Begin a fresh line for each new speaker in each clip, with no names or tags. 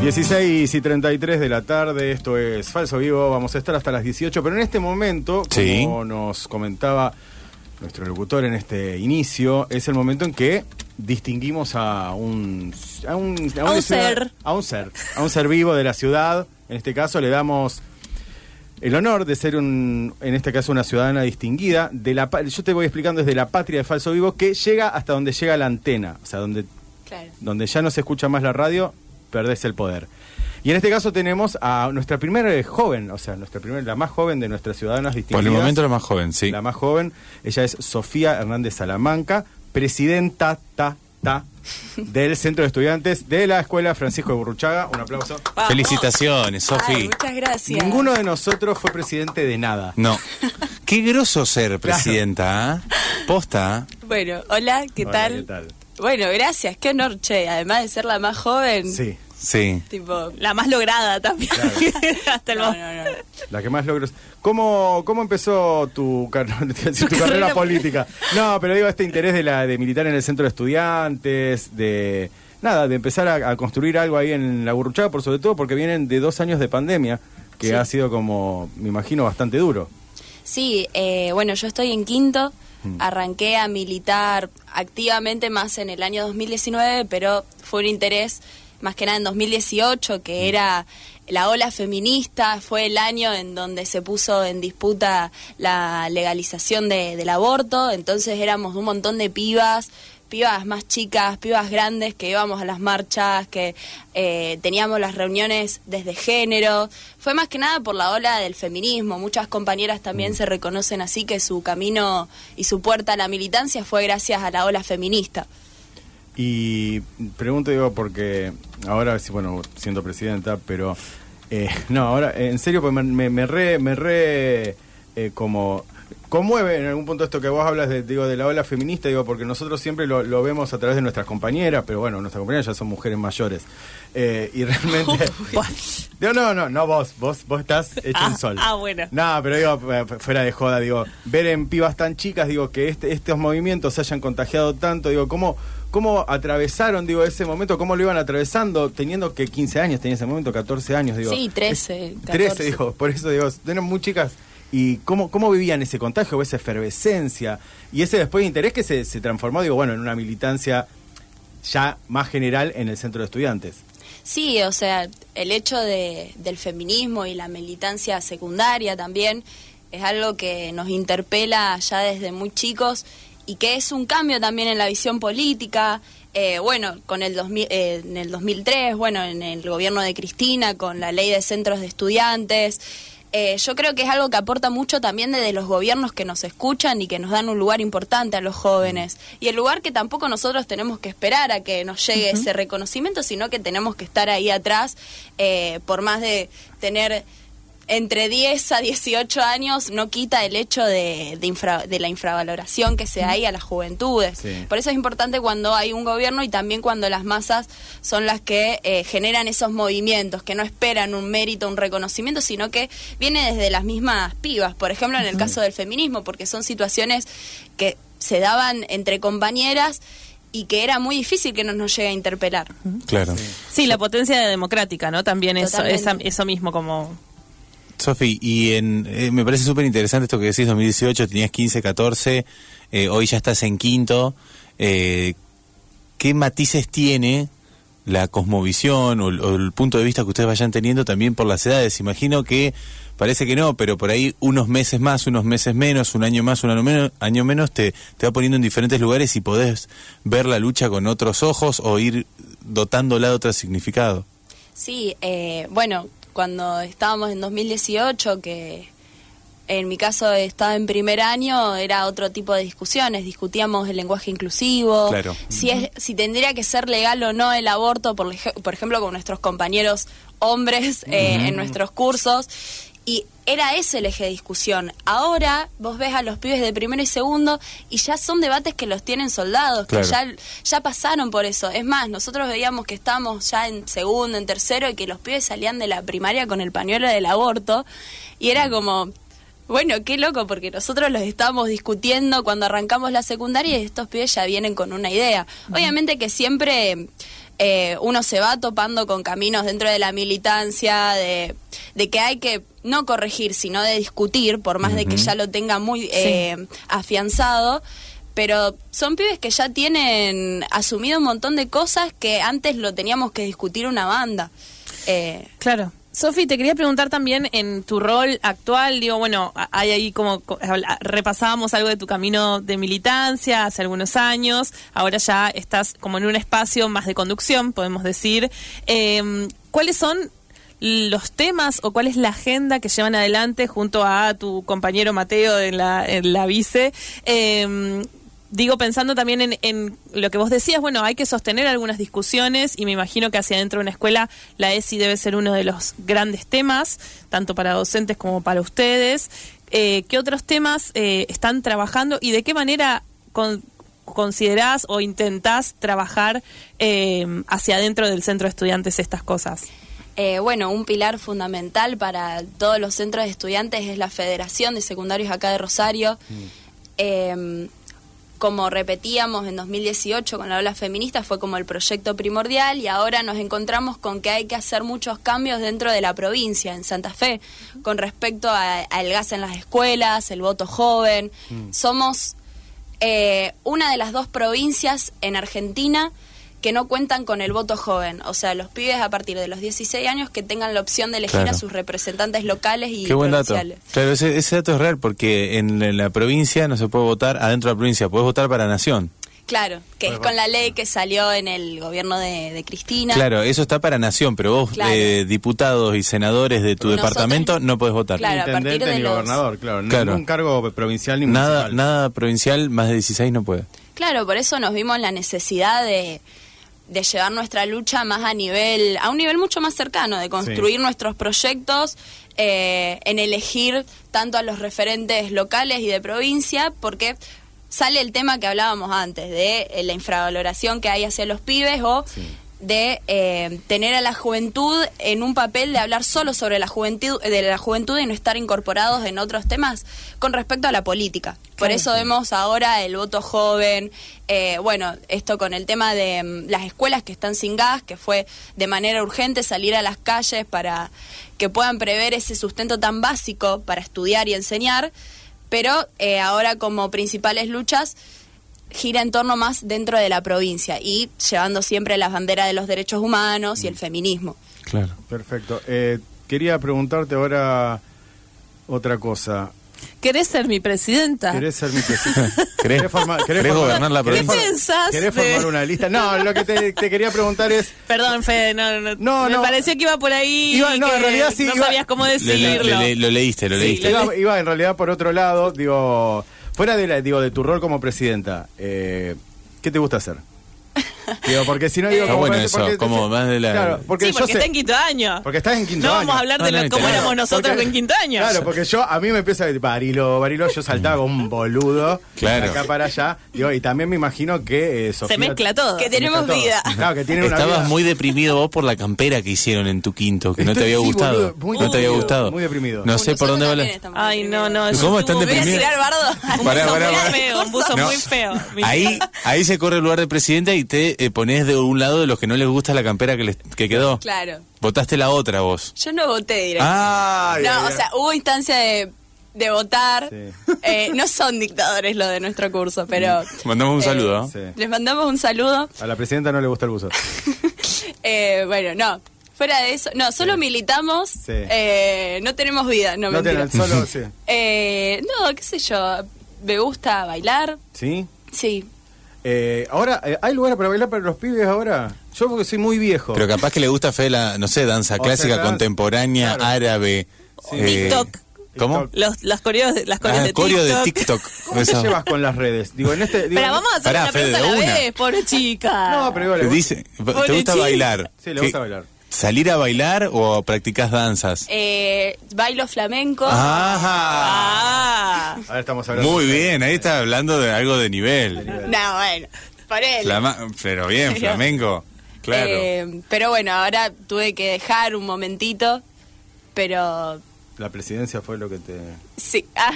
Dieciséis y 33 de la tarde, esto es Falso Vivo, vamos a estar hasta las 18, pero en este momento,
Sí.
como nos comentaba nuestro locutor en este inicio, es el momento en que distinguimos a un, a
A
un,
un
ciudad-
ser.
A un ser, a un ser vivo de la ciudad. En este caso le damos el honor de ser, un, en este caso, una ciudadana distinguida. De la, pa- yo te voy explicando desde la patria de Falso Vivo que llega hasta donde llega la antena, o sea, donde
Claro.
donde ya no se escucha más la radio, perdés el poder. Y en este caso tenemos a nuestra primera eh, joven, o sea, nuestra primera, la más joven de nuestras ciudadanas distinguidas.
Por el momento la más joven, sí.
La más joven, ella es Sofía Hernández Salamanca, presidenta ta, ta, del Centro de Estudiantes de la Escuela Francisco de Burruchaga. Un aplauso.
Vamos.
Ah. Felicitaciones,
Ah,
Ay,
Sofi.
muchas gracias.
Ninguno de nosotros fue presidente de nada.
No. Qué groso ser presidenta, ¿ah? Posta. ¿ah?
Bueno, hola, ¿qué,
Hola,
tal?
¿qué tal?
Bueno, gracias, qué honor, che. Además de ser la más joven,
Sí,
Sí.
tipo,
La más lograda también. Hasta el
no, no,
momento.
no.
la que más logros. ¿Cómo, cómo empezó tu, car- te iba a decir, tu carrera política? No, pero digo, este interés de, la, de militar en el centro de estudiantes, de nada, de empezar a, a construir algo ahí en la burruchaga, por sobre todo porque vienen de dos años de pandemia, que ha sido como, me imagino, bastante duro.
Sí, eh, bueno, yo estoy en quinto. Arranqué a militar activamente más en el año 2019, pero fue un interés más que nada en 2018, que era la ola feminista, fue el año en donde se puso en disputa la legalización de- del aborto, entonces éramos un montón de pibas, pibas más chicas, pibas grandes que íbamos a las marchas, que eh, teníamos las reuniones desde género. Fue más que nada por la ola del feminismo. Muchas compañeras también se reconocen así que su camino y su puerta a la militancia fue gracias a la ola feminista.
Y pregunto, digo, porque ahora, sí, bueno, siendo presidenta, pero. eh, no, ahora, eh, en serio, pues me, me, me re. Me re eh, como. Conmueve en algún punto esto que vos hablas de, digo, de la ola feminista, digo, porque nosotros siempre lo, lo vemos a través de nuestras compañeras, pero bueno, nuestras compañeras ya son mujeres mayores. Eh, y realmente. Digo, no, no, no vos, vos, vos estás hecho un
Ah,
sol.
ah, bueno.
No, pero digo, eh, fuera de joda, digo, ver en pibas tan chicas, digo, que este- estos movimientos se hayan contagiado tanto, digo, ¿cómo, cómo atravesaron, digo, ese momento, cómo lo iban atravesando, teniendo que 15 años tenía ese momento, 14 años, digo.
Sí, 13,
13,
14.
digo, por eso, digo, eran muy chicas. ¿Y cómo, cómo vivían ese contagio, o esa efervescencia? Y ese después interés que se, se transformó, digo, bueno, en una militancia ya más general en el centro de estudiantes.
Sí, o sea, el hecho de- del feminismo y la militancia secundaria también es algo que nos interpela ya desde muy chicos y que es un cambio también en la visión política. Eh, bueno, con el 2000, eh, en el 2003, bueno, en el gobierno de Cristina, con la ley de centros de estudiantes. Eh, yo creo que es algo que aporta mucho también desde los gobiernos que nos escuchan y que nos dan un lugar importante a los jóvenes. Y el lugar que tampoco nosotros tenemos que esperar a que nos llegue ese reconocimiento, sino que tenemos que estar ahí atrás, eh, por más de tener entre 10 a 18 años, no quita el hecho de, de infra- de la infravaloración que se da ahí a las juventudes.
Sí.
Por eso es importante cuando hay un gobierno y también cuando las masas son las que eh, generan esos movimientos, que no esperan un mérito, un reconocimiento, sino que viene desde las mismas pibas. Por ejemplo, en el caso del feminismo, porque son situaciones que se daban entre compañeras y que era muy difícil que no nos llegue a interpelar.
Claro.
Sí, la potencia democrática, ¿no? También eso,
Totalmente.
esa- eso mismo como...
Sofi, y en, eh, me parece súper interesante esto que decís, 2018 tenías 15, 14, eh, hoy ya estás en quinto. eh, ¿Qué matices tiene la cosmovisión o el, o el punto de vista que ustedes vayan teniendo también por las edades? Imagino que parece que no, pero por ahí unos meses más, unos meses menos, un año más, un año menos, año menos te, te va poniendo en diferentes lugares y podés ver la lucha con otros ojos o ir dotándola de otro significado.
Sí, eh, bueno, cuando estábamos en 2018, que en mi caso estaba en primer año, era otro tipo de discusiones. Discutíamos el lenguaje inclusivo,
Claro.
si, es, si tendría que ser legal o no el aborto, por, lej- por ejemplo, con nuestros compañeros hombres eh, en nuestros cursos. Y era ese el eje de discusión. Ahora vos ves a los pibes de primero y segundo y ya son debates que los tienen soldados,
Claro.
que ya, ya pasaron por eso. Es más, nosotros veíamos que estábamos ya en segundo, en tercero y que los pibes salían de la primaria con el pañuelo del aborto y era como... Bueno, qué loco, porque nosotros los estábamos discutiendo cuando arrancamos la secundaria y estos pibes ya vienen con una idea. Obviamente que siempre eh, uno se va topando con caminos dentro de la militancia, de, de que hay que no corregir, sino de discutir, por más de que ya lo tenga muy eh, afianzado. Pero son pibes que ya tienen asumido un montón de cosas que antes lo teníamos que discutir una banda. Eh,
Claro. Sofi, te quería preguntar también en tu rol actual, digo, bueno, a- hay ahí como co- habla- repasábamos algo de tu camino de militancia hace algunos años, ahora ya estás como en un espacio más de conducción, podemos decir. Eh, ¿Cuáles son los temas o cuál es la agenda que llevan adelante junto a tu compañero Mateo en la, en la vice? Eh, Digo, pensando también en, en lo que vos decías, bueno, hay que sostener algunas discusiones y me imagino que hacia adentro de una escuela la ESI debe ser uno de los grandes temas, tanto para docentes como para ustedes. Eh, ¿Qué otros temas eh, están trabajando y de qué manera con- considerás o intentás trabajar eh, hacia adentro del centro de estudiantes estas cosas?
Eh, bueno, un pilar fundamental para todos los centros de estudiantes es la Federación de Secundarios acá de Rosario. Eh, como repetíamos en 2018 con la ola feminista, fue como el proyecto primordial y ahora nos encontramos con que hay que hacer muchos cambios dentro de la provincia, en Santa Fe, con respecto a- al gas en las escuelas, el voto joven.
Mm.
Somos eh, una de las dos provincias en Argentina que no cuentan con el voto joven, o sea, los pibes a partir de los 16 años que tengan la opción de elegir
Claro.
a sus representantes locales y
Qué buen dato.
provinciales.
Claro, ese, ese dato es real porque en la, en la provincia no se puede votar adentro de la provincia, puedes votar para Nación.
Claro, que es con la ley que salió en el gobierno de, de Cristina.
Claro, eso está para Nación, pero vos,
Claro.
eh, diputados y senadores de tu
Nosotros-
departamento, no podés votar.
Claro, a partir
Intendente
de
ni
los-
gobernador, claro.
Claro.
Ningún cargo provincial ni
Nada,
municipal.
nada provincial, más de 16 no puede.
Claro, por eso nos vimos la necesidad de, de llevar nuestra lucha más a nivel, a un nivel mucho más cercano, de construir nuestros proyectos, eh, en elegir tanto a los referentes locales y de provincia, porque sale el tema que hablábamos antes, de eh, la infravaloración que hay hacia los pibes o de eh, tener a la juventud en un papel de hablar solo sobre la juventud, de la juventud y no estar incorporados en otros temas con respecto a la política. Por eso vemos ahora el voto joven, eh, bueno, esto con el tema de mm, las escuelas que están sin gas, que fue de manera urgente salir a las calles para que puedan prever ese sustento tan básico para estudiar y enseñar, pero eh, ahora como principales luchas gira en torno más dentro de la provincia y llevando siempre las banderas de los derechos humanos y
Mm.
el feminismo.
Claro.
Perfecto. Eh, quería preguntarte ahora otra cosa.
¿Querés ser mi
Ah.
presidenta?
¿Querés ser mi presidente?
¿Querés,
formar- querés
querés
formar-
gobernar la
querés
¿Qué
provincia?
formar-
pensás
¿Querés
de-
formar una lista? No, lo que te, te quería preguntar es...
Perdón, Fede, no, no,
No,
me
no.
pareció que iba por ahí.
Iba- no,
que
en realidad sí,
No
iba-
sabías cómo
Le- le-
decirlo.
le- lo leíste, lo
Sí,
leíste.
Iba, iba en realidad por otro lado, digo, fuera de, la- digo, de tu rol como presidenta, eh, ¿qué te gusta hacer? Digo, porque si no digo...
Está
como
bueno
parece-
eso,
porque-
como más de la-
Claro, porque
sí,
yo
porque
sé-
está en quinto año.
porque estás en quinto
no
año.
vamos a hablar
No,
de
no,
lo- cómo
interesa.
éramos nosotros
Porque-
en quinto año.
Claro, porque yo, a mí me empieza a decir, Barilo, Barilo, yo saltaba como un boludo
Claro.
de acá para allá. Digo, y también me imagino que eh, Sofía-
Se mezcla todo.
Que
se mezcla
tenemos
todo.
vida.
Claro, que tiene una
Estabas
vida-
muy deprimido vos por la campera que hicieron en tu quinto, que no te
Estoy-
había
sí,
gustado.
boludo, muy
no te había
deprimido,
gustado.
muy deprimido.
No sé
Nosotros
por dónde va la-
también estamos
Ay, no, no.
¿Cómo
yo
están
tuve-
Voy a
deprimidos?
tirar bardo.
Un
Pará,
buzo
pará,
muy
pará.
feo, un buzo
No.
muy feo.
Ahí, ahí se corre el lugar de presidenta y te eh, pones de un lado de los que no les gusta la campera que, les, que quedó.
Claro.
Votaste la otra vos.
Yo no voté directamente.
Ah,
no, o sea, hubo instancia de, de votar.
Sí.
Eh, no son dictadores lo de nuestro curso, pero
Mandamos un
Eh,
saludo. ¿no?
Sí.
les mandamos un saludo.
A la presidenta no le gusta el buzo.
Eh, bueno, no. Fuera de eso, no, solo militamos, eh, no tenemos vida, no,
No
mentira.
tiene solo, sí.
Eh, no, qué sé yo, me gusta bailar,
¿Sí?
sí,
Eh, ahora, eh, ¿hay lugares para bailar para los pibes ahora? Yo porque soy muy viejo.
Pero capaz que le gusta Fede la, no sé, danza
O sea,
clásica,
claro.
contemporánea,
Claro.
árabe.
TikTok.
¿Cómo?
TikTok.
Los, las coreos, de- las coreos
eh, Ah,
de
coreo de
TikTok.
TikTok.
¿Cómo te
Esa-
llevas con las redes? Digo, en este... digo,
Pero
en-
vamos a hacer
Pará,
una
Fede,
pregunta a
de
la
una.
vez, pobre chica.
No, pero digo,
Te
le-
dice,
Pobre
¿te gusta
chico.
bailar?
Sí, le
¿Qué-
gusta bailar.
¿Salir a bailar o practicás danzas?
Eh, bailo flamenco.
Ajá.
Ah.
Ahora estamos hablando.
Muy bien, ahí está hablando de algo de nivel.
No, bueno, por él.
Flama- pero bien, flamenco. Claro.
Eh, pero bueno, ahora tuve que dejar un momentito, pero
La presidencia fue lo que te.
sí. Ah,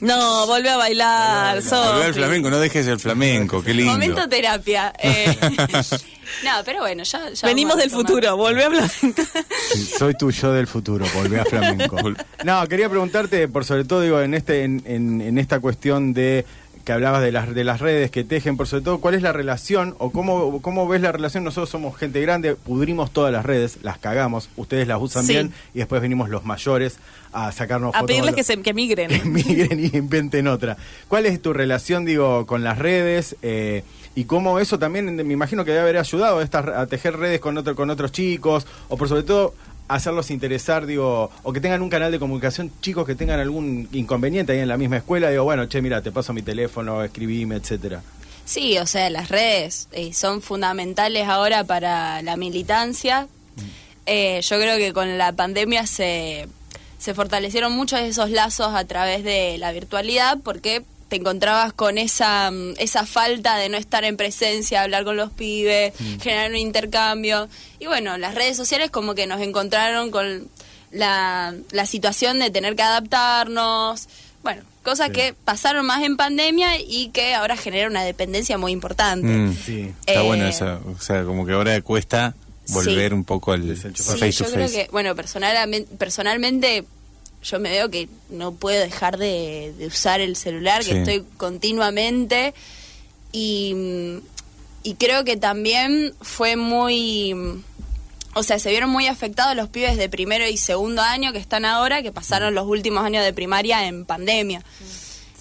no.
No, volvé a bailar,
Volvé
Sofi.
al flamenco, no dejes el flamenco, qué lindo.
Momento terapia. eh. no, pero bueno, ya. ya
Venimos
vamos a
del
tomar.
futuro, volvé a flamenco.
Sí, soy tu yo del futuro, volvé a flamenco. No, quería preguntarte, por sobre todo, digo, en este, en, en- en esta cuestión de que hablabas de las, de las redes que tejen, por sobre todo, ¿cuál es la relación o cómo, cómo ves la relación? Nosotros somos gente grande, pudrimos todas las redes, las cagamos, ustedes las usan
Sí.
bien y después venimos los mayores a sacarnos
A
fotos.
pedirles
Lo-
que, se, que migren.
migren y inventen otra. ¿Cuál es tu relación, digo, con las redes? eh, y cómo eso también, me imagino que debe haber ayudado a, estas, a tejer redes con, otro, con otros chicos, o por sobre todo hacerlos interesar, digo, o que tengan un canal de comunicación, chicos que tengan algún inconveniente ahí en la misma escuela, digo, bueno, che, mira, te paso mi teléfono, escribime, etcétera.
Sí, o sea, las redes eh, son fundamentales ahora para la militancia. Eh, yo creo que con la pandemia se, se fortalecieron muchos esos lazos a través de la virtualidad porque te encontrabas con esa, mm, esa falta de no estar en presencia, hablar con los pibes, generar un intercambio. Y bueno, las redes sociales como que nos encontraron con la, la situación de tener que adaptarnos. Bueno, cosas
Sí.
que pasaron más en pandemia y que ahora genera una dependencia muy importante.
Mm.
Sí.
Está
Eh,
bueno eso. O sea, como que ahora cuesta volver
Sí.
un poco al
Desenchufar.
Sí,
face
yo
to
creo
face.
que, bueno, personalamen- personalmente yo me veo que no puedo dejar de, de usar el celular, que
Sí.
estoy continuamente y, y creo que también fue muy... O sea, se vieron muy afectados los pibes de primero y segundo año que están ahora, que pasaron los últimos años de primaria en pandemia.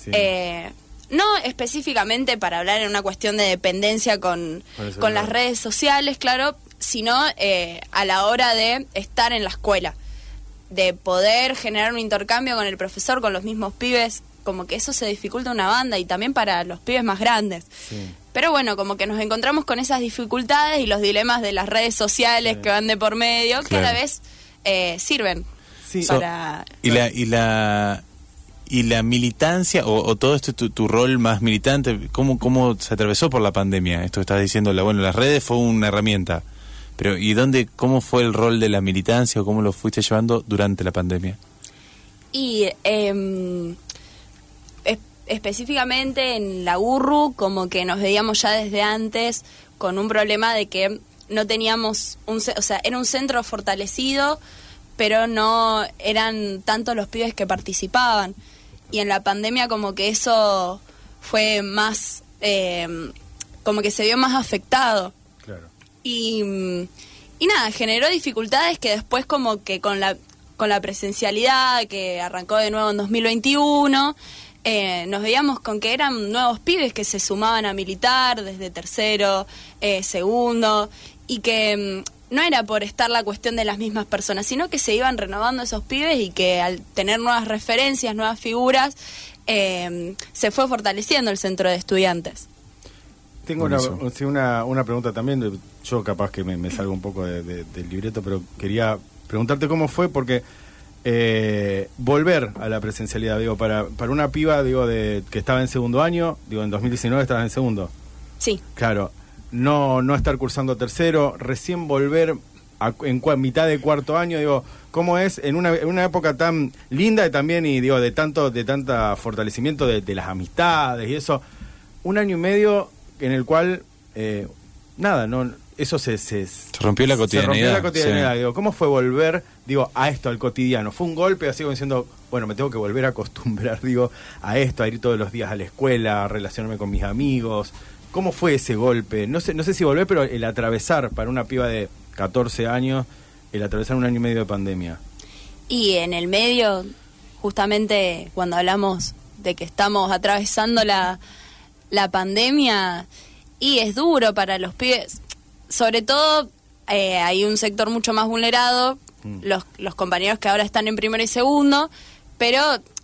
sí.
Eh, no específicamente para hablar en una cuestión de dependencia con,
Con el celular.
con las redes sociales, claro, sino eh, a la hora de estar en la escuela, de poder generar un intercambio con el profesor, con los mismos pibes, como que eso se dificulta una banda y también para los pibes más grandes.
Sí.
Pero bueno, como que nos encontramos con esas dificultades y los dilemas de las redes sociales que van de por medio, que a la
Claro.
vez eh, sirven
Sí.
So-
para...
Y la, y la y la militancia o, o todo este tu, tu rol más militante, ¿cómo, ¿cómo se atravesó por la pandemia? Esto que estás diciendo, la, bueno, las redes fue una herramienta, pero ¿y dónde, cómo fue el rol de la militancia o cómo lo fuiste llevando durante la pandemia?
Y em, es- específicamente en la URU, como que nos veíamos ya desde antes con un problema de que no teníamos un, ce- o sea, era un centro fortalecido, pero no eran tantos los pibes que participaban. Y en la pandemia como que eso fue más, em, como que se vio más afectado.
Claro.
Y, mm, y nada, generó dificultades que después como que con la, con la presencialidad que arrancó de nuevo en 2021, eh, nos veíamos con que eran nuevos pibes que se sumaban a militar desde tercero, eh, segundo, y que mm, no era por estar la cuestión de las mismas personas, sino que se iban renovando esos pibes y que al tener nuevas referencias, nuevas figuras, eh, se fue fortaleciendo el centro de estudiantes.
Tengo una,
Buenísimo.
sí, una, una pregunta también, de- yo capaz que me, me salgo un poco de- de- del libreto, pero quería preguntarte cómo fue, porque eh, volver a la presencialidad, digo, para, para una piba, digo, de, que estaba en segundo año, digo, en 2019 estaba en segundo,
Sí.
claro, no, no estar cursando tercero, recién volver a, cu- en cua- mitad de cuarto año, digo, ¿cómo es en una, en una época tan linda y también, y digo, de tanto, de tanta fortalecimiento de, de las amistades y eso? Un año y medio en el cual, eh, nada, no eso se, se,
Se rompió la
se
cotidianidad.
rompió la cotidianidad.
sí.
Digo, ¿Cómo fue volver digo, a esto, al cotidiano? ¿Fue un golpe así como diciendo, bueno, me tengo que volver a acostumbrar digo, a esto, a ir todos los días a la escuela, a relacionarme con mis amigos? ¿Cómo fue ese golpe? No sé, no sé si volver, pero el atravesar para una piba de 14 años, el atravesar un año y medio de pandemia.
Y en el medio, justamente cuando hablamos de que estamos atravesando la, la pandemia, y es duro para los pibes. Sobre todo eh, hay un sector mucho más vulnerado, los, los compañeros que ahora están en primero y segundo, pero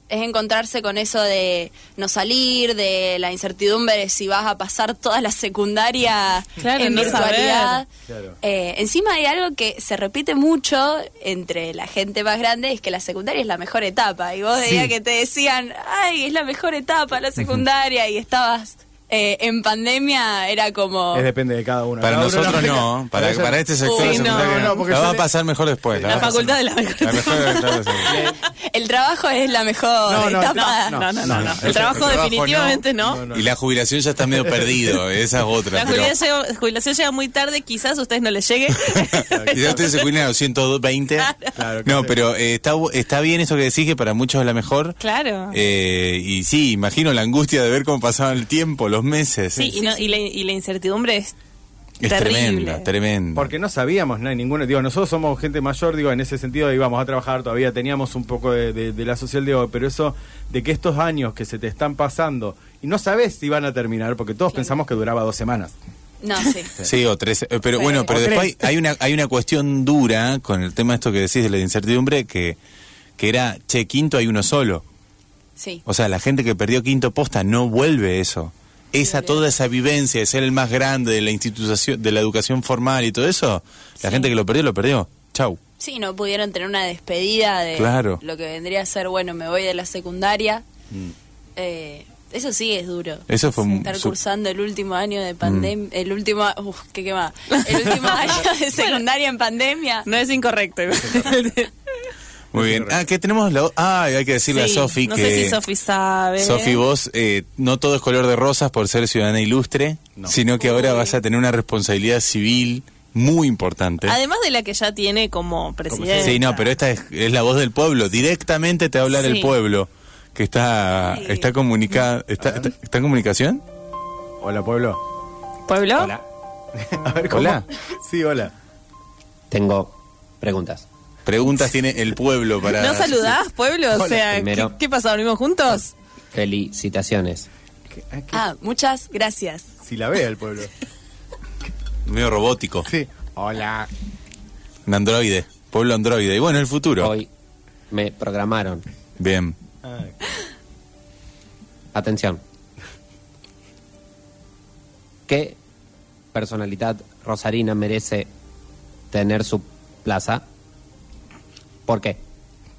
es encontrarse con eso de no salir, de la incertidumbre de si vas a pasar toda la secundaria
Claro,
en
no
virtualidad.
saber. Claro.
Eh, encima hay algo que se repite mucho entre la gente más grande, es que la secundaria es la mejor etapa. Y vos veías que te decían, ay, es la mejor etapa la secundaria, y estabas eh, en pandemia, era como...
Es depende de cada uno.
Para
Cada uno
nosotros no, para,
ella-
para este sector
Sí,
de secundaria
no,
no.
no, porque
la
yo
va a
le-
pasar mejor después.
La
vas a pasar
facultad de
mejor.
la mejor.
La mejor de la secundaria.
El trabajo es la mejor
No, no,
etapa.
No, no, no, no.
no,
El
el
trabajo
trabajo
definitivamente no.
No, no.
Y la jubilación ya está medio perdido, esa es otra.
La
pero-
jubilación, llega- jubilación llega muy tarde, quizás a ustedes no les llegue.
Quizás ustedes se jubilan a los 120.
Claro,
no,
claro.
pero eh, está, bu- está bien eso que decís, que para muchos es la mejor.
claro.
Eh, y sí, imagino la angustia de ver cómo pasaba el tiempo, los meses.
sí, y, no- y la, y la incertidumbre es,
es
terrible.
tremenda, tremenda.
Porque no sabíamos nada, ninguno. Digo, nosotros somos gente mayor, digo, en ese sentido íbamos a trabajar todavía, teníamos un poco de, de- de la social, digo, pero eso de que estos años que se te están pasando y no sabes si van a terminar, porque todos pensamos que duraba dos semanas.
No, sí.
Sí, o tres. eh, Pero bueno, pero
O
después hay,
tres.
hay una, hay una cuestión dura con el tema esto que decís de la incertidumbre, que, que era, che, quinto hay uno solo.
Sí.
O sea, la gente que perdió quinto posta no vuelve eso. Esa, toda esa vivencia de ser el más grande de la institución, de la educación formal y todo eso, la gente que lo perdió, lo perdió. Chau.
Sí, no pudieron tener una despedida de
Claro. Mm.
lo que vendría a ser, bueno, me voy de la secundaria. Eh, eso sí es duro.
Eso fue un-
Estar
su- Mm.
cursando el último año de pandemia. El último. Uf, qué quemada. El último año de secundaria en pandemia.
No es incorrecto.
Muy bien. Ah, que tenemos la... o- Ah, hay que decirle
Sí,
a Sofi
no
que...
sé si Sofi sabe.
Sofi, vos eh, no todo es color de rosas por ser ciudadana ilustre,
No.
sino que ahora vas a tener una responsabilidad civil muy importante.
Además de la que ya tiene como presidente.
Sí, no, pero esta es, es la voz del pueblo. Directamente te va a hablar
Sí.
el pueblo. Que está,
Sí.
está comunicada. Está, está- está en comunicación?
Hola, pueblo.
¿Pueblo?
A ver, ¿cómo?
Hola.
Sí, hola.
Tengo preguntas.
Preguntas tiene el pueblo para.
¿No saludás, pueblo? O sea, ¿qué-
primero.
¿qué, pasa? ¿Dormimos juntos?
Felicitaciones.
Que- ah, que-
Ah, muchas gracias.
Si la vea el pueblo.
Medio robótico.
Sí. Hola.
Un androide. Pueblo androide. Y bueno, el futuro.
Hoy me programaron.
Bien.
Atención. ¿Qué personalidad rosarina merece tener su plaza? ¿Por qué?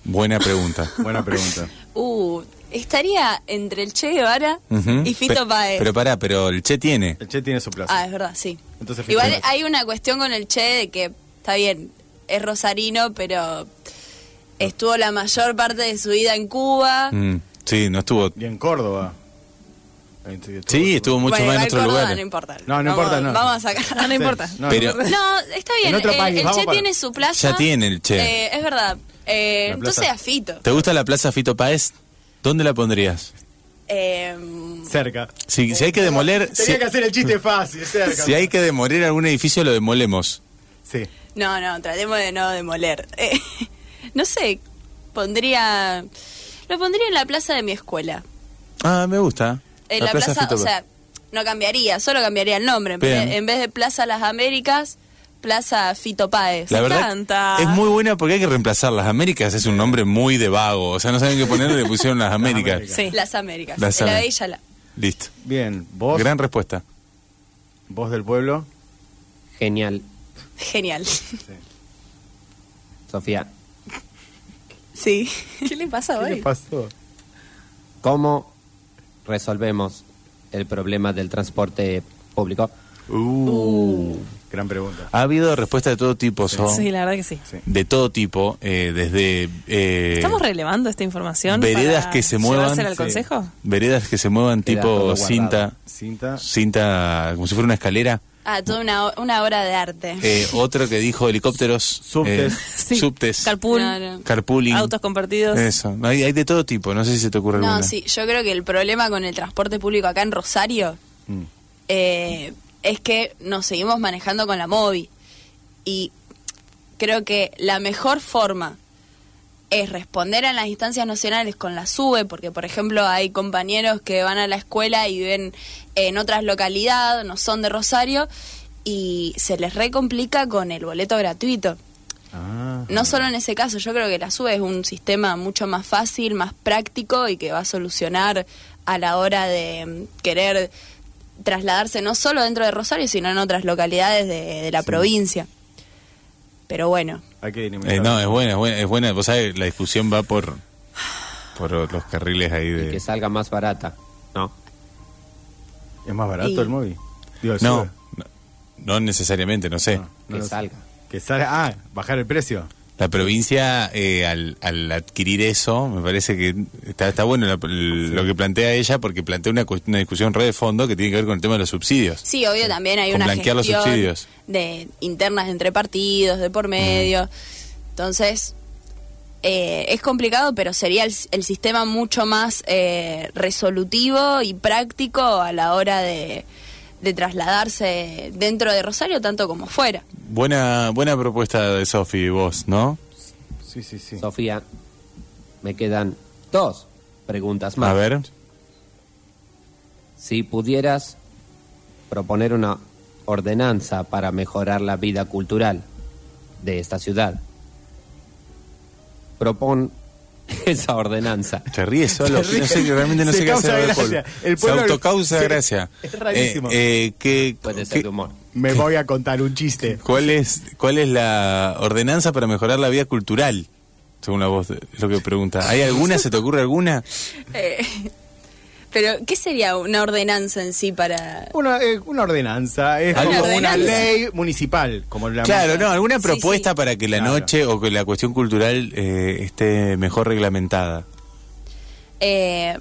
Buena pregunta.
Buena pregunta.
Uh, estaría entre el Che Guevara
Ujú.
y Fito
Pe-
Páez.
Pero pará, pero el Che tiene.
El Che tiene su plaza.
Ah, es verdad, sí.
Entonces, Fito
Igual
Páez.
hay una cuestión con el Che de que, está bien, es rosarino, pero estuvo la mayor parte de su vida en Cuba.
Mm, Sí, no estuvo.
Y en Córdoba. Ahí
Sí, estuvo mucho
Bueno,
más en
igual
otros
Córdoba
lugares.
No importa.
No, no
Vamos-
importa, no.
Vamos a sacar.
Ah, no importa.
No,
Pero-
no.
No, está bien.
En otro
el-
país,
el
vamos
Che
para-
tiene su plaza.
Ya tiene el Che.
Eh, es verdad. Eh,
La plaza.
entonces a Fito.
¿Te gusta la plaza Fito Páez? ¿Dónde la pondrías?
Eh,
Cerca.
Si, si hay que demoler. Si,
Tenía que hacer el chiste fácil, cerca.
si hay que demoler algún edificio, lo demolemos.
Sí.
no, no, tratemos de no demoler. Eh, no sé, pondría... Lo pondría en la plaza de mi escuela.
Ah, me gusta.
En la, plaza, o
Fito
sea, no cambiaría, solo cambiaría el nombre. En vez,
Bien.
de, en vez de Plaza Las Américas, Plaza Fito Páez.
La verdad
encanta.
es muy buena porque hay que reemplazar las Américas. Es un nombre muy de vago. O sea, no saben qué ponerle, le pusieron las Américas.
Américas.
Sí.
Las Américas.
Las
la
Américas.
de ella la.
Listo.
Bien, vos,
Gran respuesta.
vos del pueblo.
Genial,
Genial.
Sofía.
Sí. ¿Qué le pasa
¿Qué le pasó?
¿Cómo resolvemos el problema del transporte público?
Uh.
Uh. Gran pregunta.
Ha habido respuestas de todo tipo, So.
Sí, la verdad que sí.
De todo tipo, eh, desde... eh,
¿Estamos relevando esta información?
veredas
para
que se muevan...
llevársela al
Sí.
consejo?
Veredas que se muevan
Queda todo
tipo
guardado.
cinta,
Cinta.
cinta como si fuera una escalera.
Ah, toda una, ho- una obra de arte.
Eh, otro que dijo helicópteros.
Subtes.
eh,
Sí.
Subtes.
Carpool,
No, no.
carpooling.
autos compartidos.
Eso. Hay, hay de todo tipo. No sé si se te ocurre
No,
alguna.
sí, yo creo que el problema con el transporte público acá en Rosario eh, es que nos seguimos manejando con la móvil. Y creo que la mejor forma es responder a las instancias nacionales con la SUBE, porque por ejemplo hay compañeros que van a la escuela y ven en otras localidades, no son de Rosario, y se les recomplica con el boleto gratuito.
Ah.
No solo en ese caso, yo creo que la SUBE es un sistema mucho más fácil, más práctico y que va a solucionar a la hora de mm, querer trasladarse no solo dentro de Rosario, sino en otras localidades de, de la provincia. Pero bueno,
Hay que
Eh,
dinamizar.
no, es buena, es buena, es buena. Vos sabés, la discusión va por, por los carriles ahí
Y que
de...
salga más barata. No.
¿Es más barato
Y-
el móvil? Digo, el
No,
Sube.
no, no necesariamente, no sé.
No, no
que
lo sé.
salga.
Que salga. Ah, bajar el precio.
La provincia, eh, al, al adquirir eso, me parece que está, está bueno la- el- lo que plantea ella, porque plantea una, cuest- una discusión re de fondo que tiene que ver con el tema de los subsidios.
sí, obvio también hay
Con
una
blanquear
gestión
los subsidios.
de internas entre partidos, de por medio.
Mm.
Entonces, eh, es complicado, pero sería el, el sistema mucho más eh, resolutivo y práctico a la hora de, de trasladarse dentro de Rosario, tanto como fuera.
Buena, buena propuesta de Sofi, vos, ¿no?
Sí, sí, sí.
Sofía, me quedan dos preguntas más.
A ver.
Si pudieras proponer una ordenanza para mejorar la vida cultural de esta ciudad, propon esa ordenanza.
Se ríe solo,
Se ríe.
no sé, realmente no
Se
sé qué
causa
hacer. ahora,
gracia.
Paul.
El
Se
pueblo-
autocausa
se-
gracia.
es rarísimo.
Eh, eh, ¿qué-
Puede
qué-
ser de humor.
Me voy a contar un chiste.
¿Cuál es, ¿Cuál es la ordenanza para mejorar la vida cultural? Según la voz, de- es lo que pregunta. ¿Hay alguna? ¿Se te ocurre alguna?
Eh, pero, ¿qué sería una ordenanza en sí para...?
Una, eh, una ordenanza. Es
Una
como una
ordenanza.
ley municipal. Como la
Claro, no, alguna
Sí,
propuesta
sí.
para que la
Claro.
noche o que la cuestión cultural eh, esté mejor reglamentada.
Eh,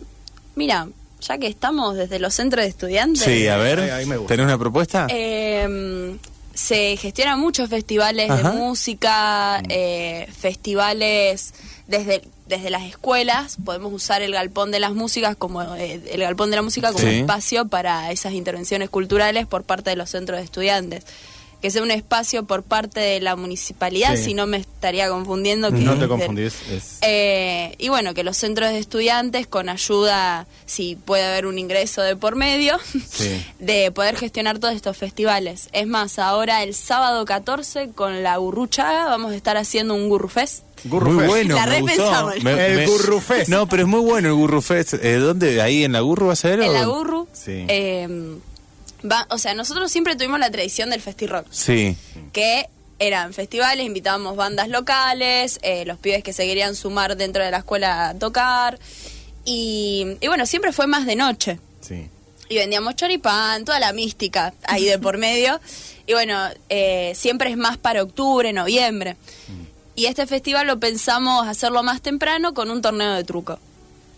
mira, ya que estamos desde los centros de estudiantes...
Sí, a ver,
ahí- ahí me gusta.
¿tenés una propuesta?
Eh, se gestionan muchos festivales
Ajá.
de música, eh, festivales desde, desde las escuelas. Podemos usar el galpón de las músicas como eh, el galpón de la música como
Sí.
espacio para esas intervenciones culturales por parte de los centros de estudiantes. Que sea un espacio por parte de la municipalidad,
Sí.
si no me estaría confundiendo. Que
No
es
te
del-
confundís. Es...
eh, y bueno, que los centros de estudiantes, con ayuda, si puede haber un ingreso de por medio,
Sí.
de poder gestionar todos estos festivales. Es más, ahora el sábado 14 con la Gurruchaga vamos a estar haciendo un Gurrufest.
Gurru
muy
Fest.
bueno,
La
me gustó.
repensamos.
El Gurru Fest.
No, pero es muy bueno el Gurru Fest. Eh, ¿Dónde? ¿Ahí en la Gurru va a ser?
En la
o-
Gurru.
Sí.
eh, va- o sea, nosotros siempre tuvimos la tradición del Festirock.
Sí.
que eran festivales, invitábamos bandas locales, eh, los pibes que se querían sumar dentro de la escuela a tocar. Y, y bueno, siempre fue más de noche.
Sí.
Y vendíamos choripán, toda la mística ahí de por medio. Y bueno, eh, siempre es más para octubre, noviembre. Y este festival lo pensamos hacerlo más temprano con un torneo de truco.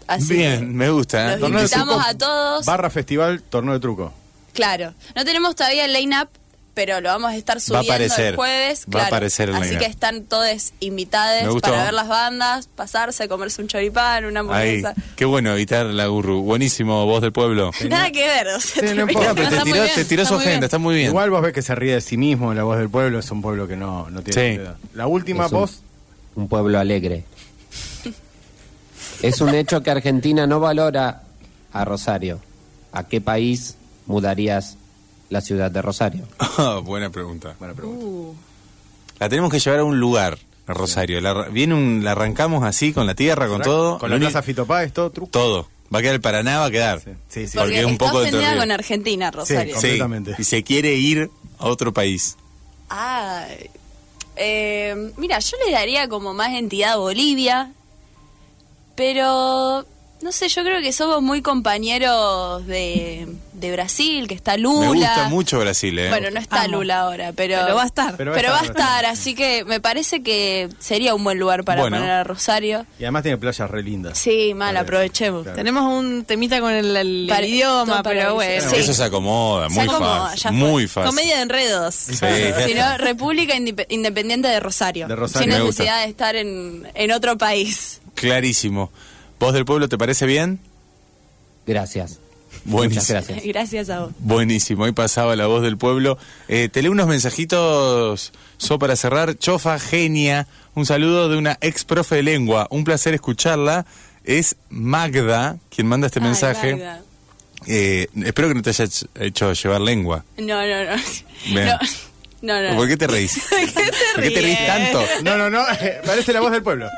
Así que-
Bien, me gusta. ¿eh?
Los
Torneo de
invitamos
truco,
a todos.
Barra festival, torneo de truco.
Claro, no tenemos todavía el line-up, pero lo vamos a estar subiendo
aparecer,
el jueves.
va a
claro.
aparecer el
Así
line-up.
que están todos
Me
invitados
gustó.
para ver las bandas, pasarse, comerse un choripán, una
Ahí.
hamburguesa.
Qué bueno evitar la Gurru. Buenísimo, voz del pueblo.
Nada que ver, o
Sí,
sea,
no
te-
importa.
Pero te
Está muy
tiró,
bien,
te tiró
está
su
muy bien.
agenda, está muy bien.
Igual vos ves que se ríe de sí mismo, la voz del pueblo es un pueblo que no, no tiene
Sí.
piedad. La última
Es un-
voz,
Un pueblo alegre. Es un hecho que Argentina no valora a Rosario. ¿A qué país mudarías la ciudad de Rosario?
Ah, buena pregunta.
Buena pregunta.
Uh,
La tenemos que llevar a un lugar, a Rosario. La, arra- viene un, la arrancamos así, con la tierra, con todo.
Con la
Lo uni-
plaza Fitopá es todo truco.
Todo. Va a quedar el Paraná, va a quedar.
Sí, sí, sí.
porque
Porque es un
está
poco de
ofendida
Torrio.
con Argentina, Rosario.
Sí. Completamente.
Y se quiere ir a otro país.
Ah, eh, mira, yo le daría como más entidad a Bolivia, pero no sé, yo creo que somos muy compañeros de, de Brasil, que está Lula.
Me gusta mucho Brasil, ¿eh?
Bueno, no está
Amo.
Lula ahora, pero,
Pero va a estar.
Pero,
Pero va a
va a
estar, va a
estar, así que me parece que sería un buen lugar para
Bueno.
poner a Rosario.
Y además tiene playas re lindas.
Sí, mal,
Claro.
aprovechemos.
Claro.
Tenemos un temita con el, el
Para-
idioma,
todo para
pero
decir.
bueno.
Sí.
Eso se acomoda,
Se
muy
acomoda, ya
fácil.
fue.
Muy fácil.
Comedia de enredos.
Sí, ya
Si no,
está.
República Indip- Independiente de Rosario.
De Rosario.
Sin
Me gusta.
necesidad de estar en, en otro país.
Clarísimo. ¿Voz del pueblo te parece bien?
Gracias. Muchas
Buenísimo.
gracias.
Gracias a vos.
Buenísimo, ahí pasaba la voz del pueblo. Eh, te leo unos mensajitos, So, para cerrar. Chofa, genia. Un saludo de una ex profe de lengua. Un placer escucharla. Es Magda quien manda este
Ay,
mensaje.
Magda.
Eh, espero que no te haya hecho llevar lengua.
No, no, no.
Bien.
No. No, no, no.
¿Por qué te reís? ¿Por qué te reís tanto?
No, no, no, parece la voz del pueblo.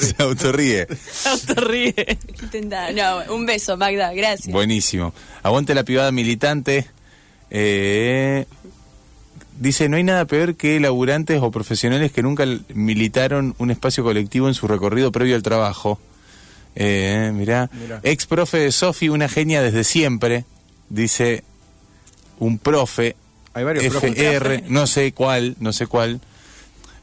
Se autorríe.
Autorríe.
Intenta- No, un beso, Magda, gracias.
Buenísimo. Aguante la privada militante. Eh, dice, no hay nada peor que laburantes o profesionales que nunca l- militaron un espacio colectivo en su recorrido previo al trabajo. Eh, mirá.
Mirá.
Ex profe de Sofi, una genia desde siempre. Dice, un profe.
Hay varios profes.
FR, no sé cuál, no sé cuál.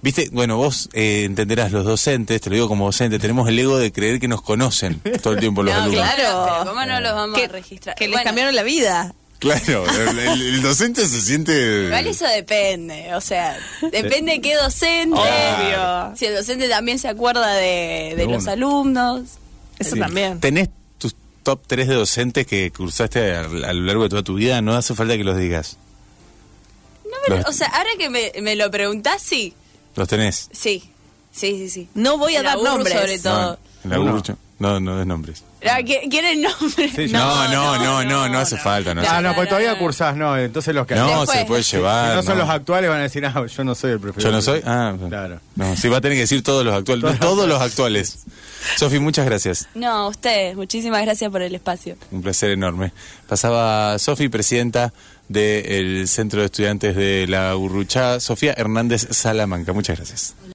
Viste, bueno, vos eh, entenderás, los docentes, te lo digo como docente, tenemos el ego de creer que nos conocen todo el tiempo los
No,
alumnos.
claro. Pero ¿Cómo no los vamos a registrar?
Que les
Bueno,
cambiaron la vida.
Claro, el, el- el docente se siente.
Igual eso depende, o sea, depende de qué docente.
Claro.
Si el docente también se acuerda de, de
De
los
uno.
alumnos.
Eso
Sí.
también.
¿Tenés tus top 3 de docentes que cursaste a, a lo largo de toda tu vida? No hace falta que los digas.
No me lo-
Los-
o sea, ahora que me, me lo preguntás, sí.
¿Los tenés?
Sí, sí, sí, sí.
No voy a
El
dar
aburro
nombres.
sobre todo.
No, la
Uno.
Urcho. no, no des nombres.
Ah, ¿qui- ¿Quieren nombres?
Sí, yo-
No, no, no, no, no, hace falta. No,
Ah,
hace-
no, porque todavía
no.
cursás, no, entonces los que
No,
Después.
se puede
Si
llevar.
no son
no.
los actuales, van a decir, ah, yo no soy el preferido.
Yo no soy. Ah,
claro.
No, sí, va a tener que decir todos los actuales. no, todos los actuales. Sofi, muchas gracias.
No, a ustedes, muchísimas gracias por el espacio.
Un placer enorme. Pasaba Sofi, presidenta del Centro de Estudiantes de la Urruchá, Sofía Hernández Salamanca. Muchas gracias.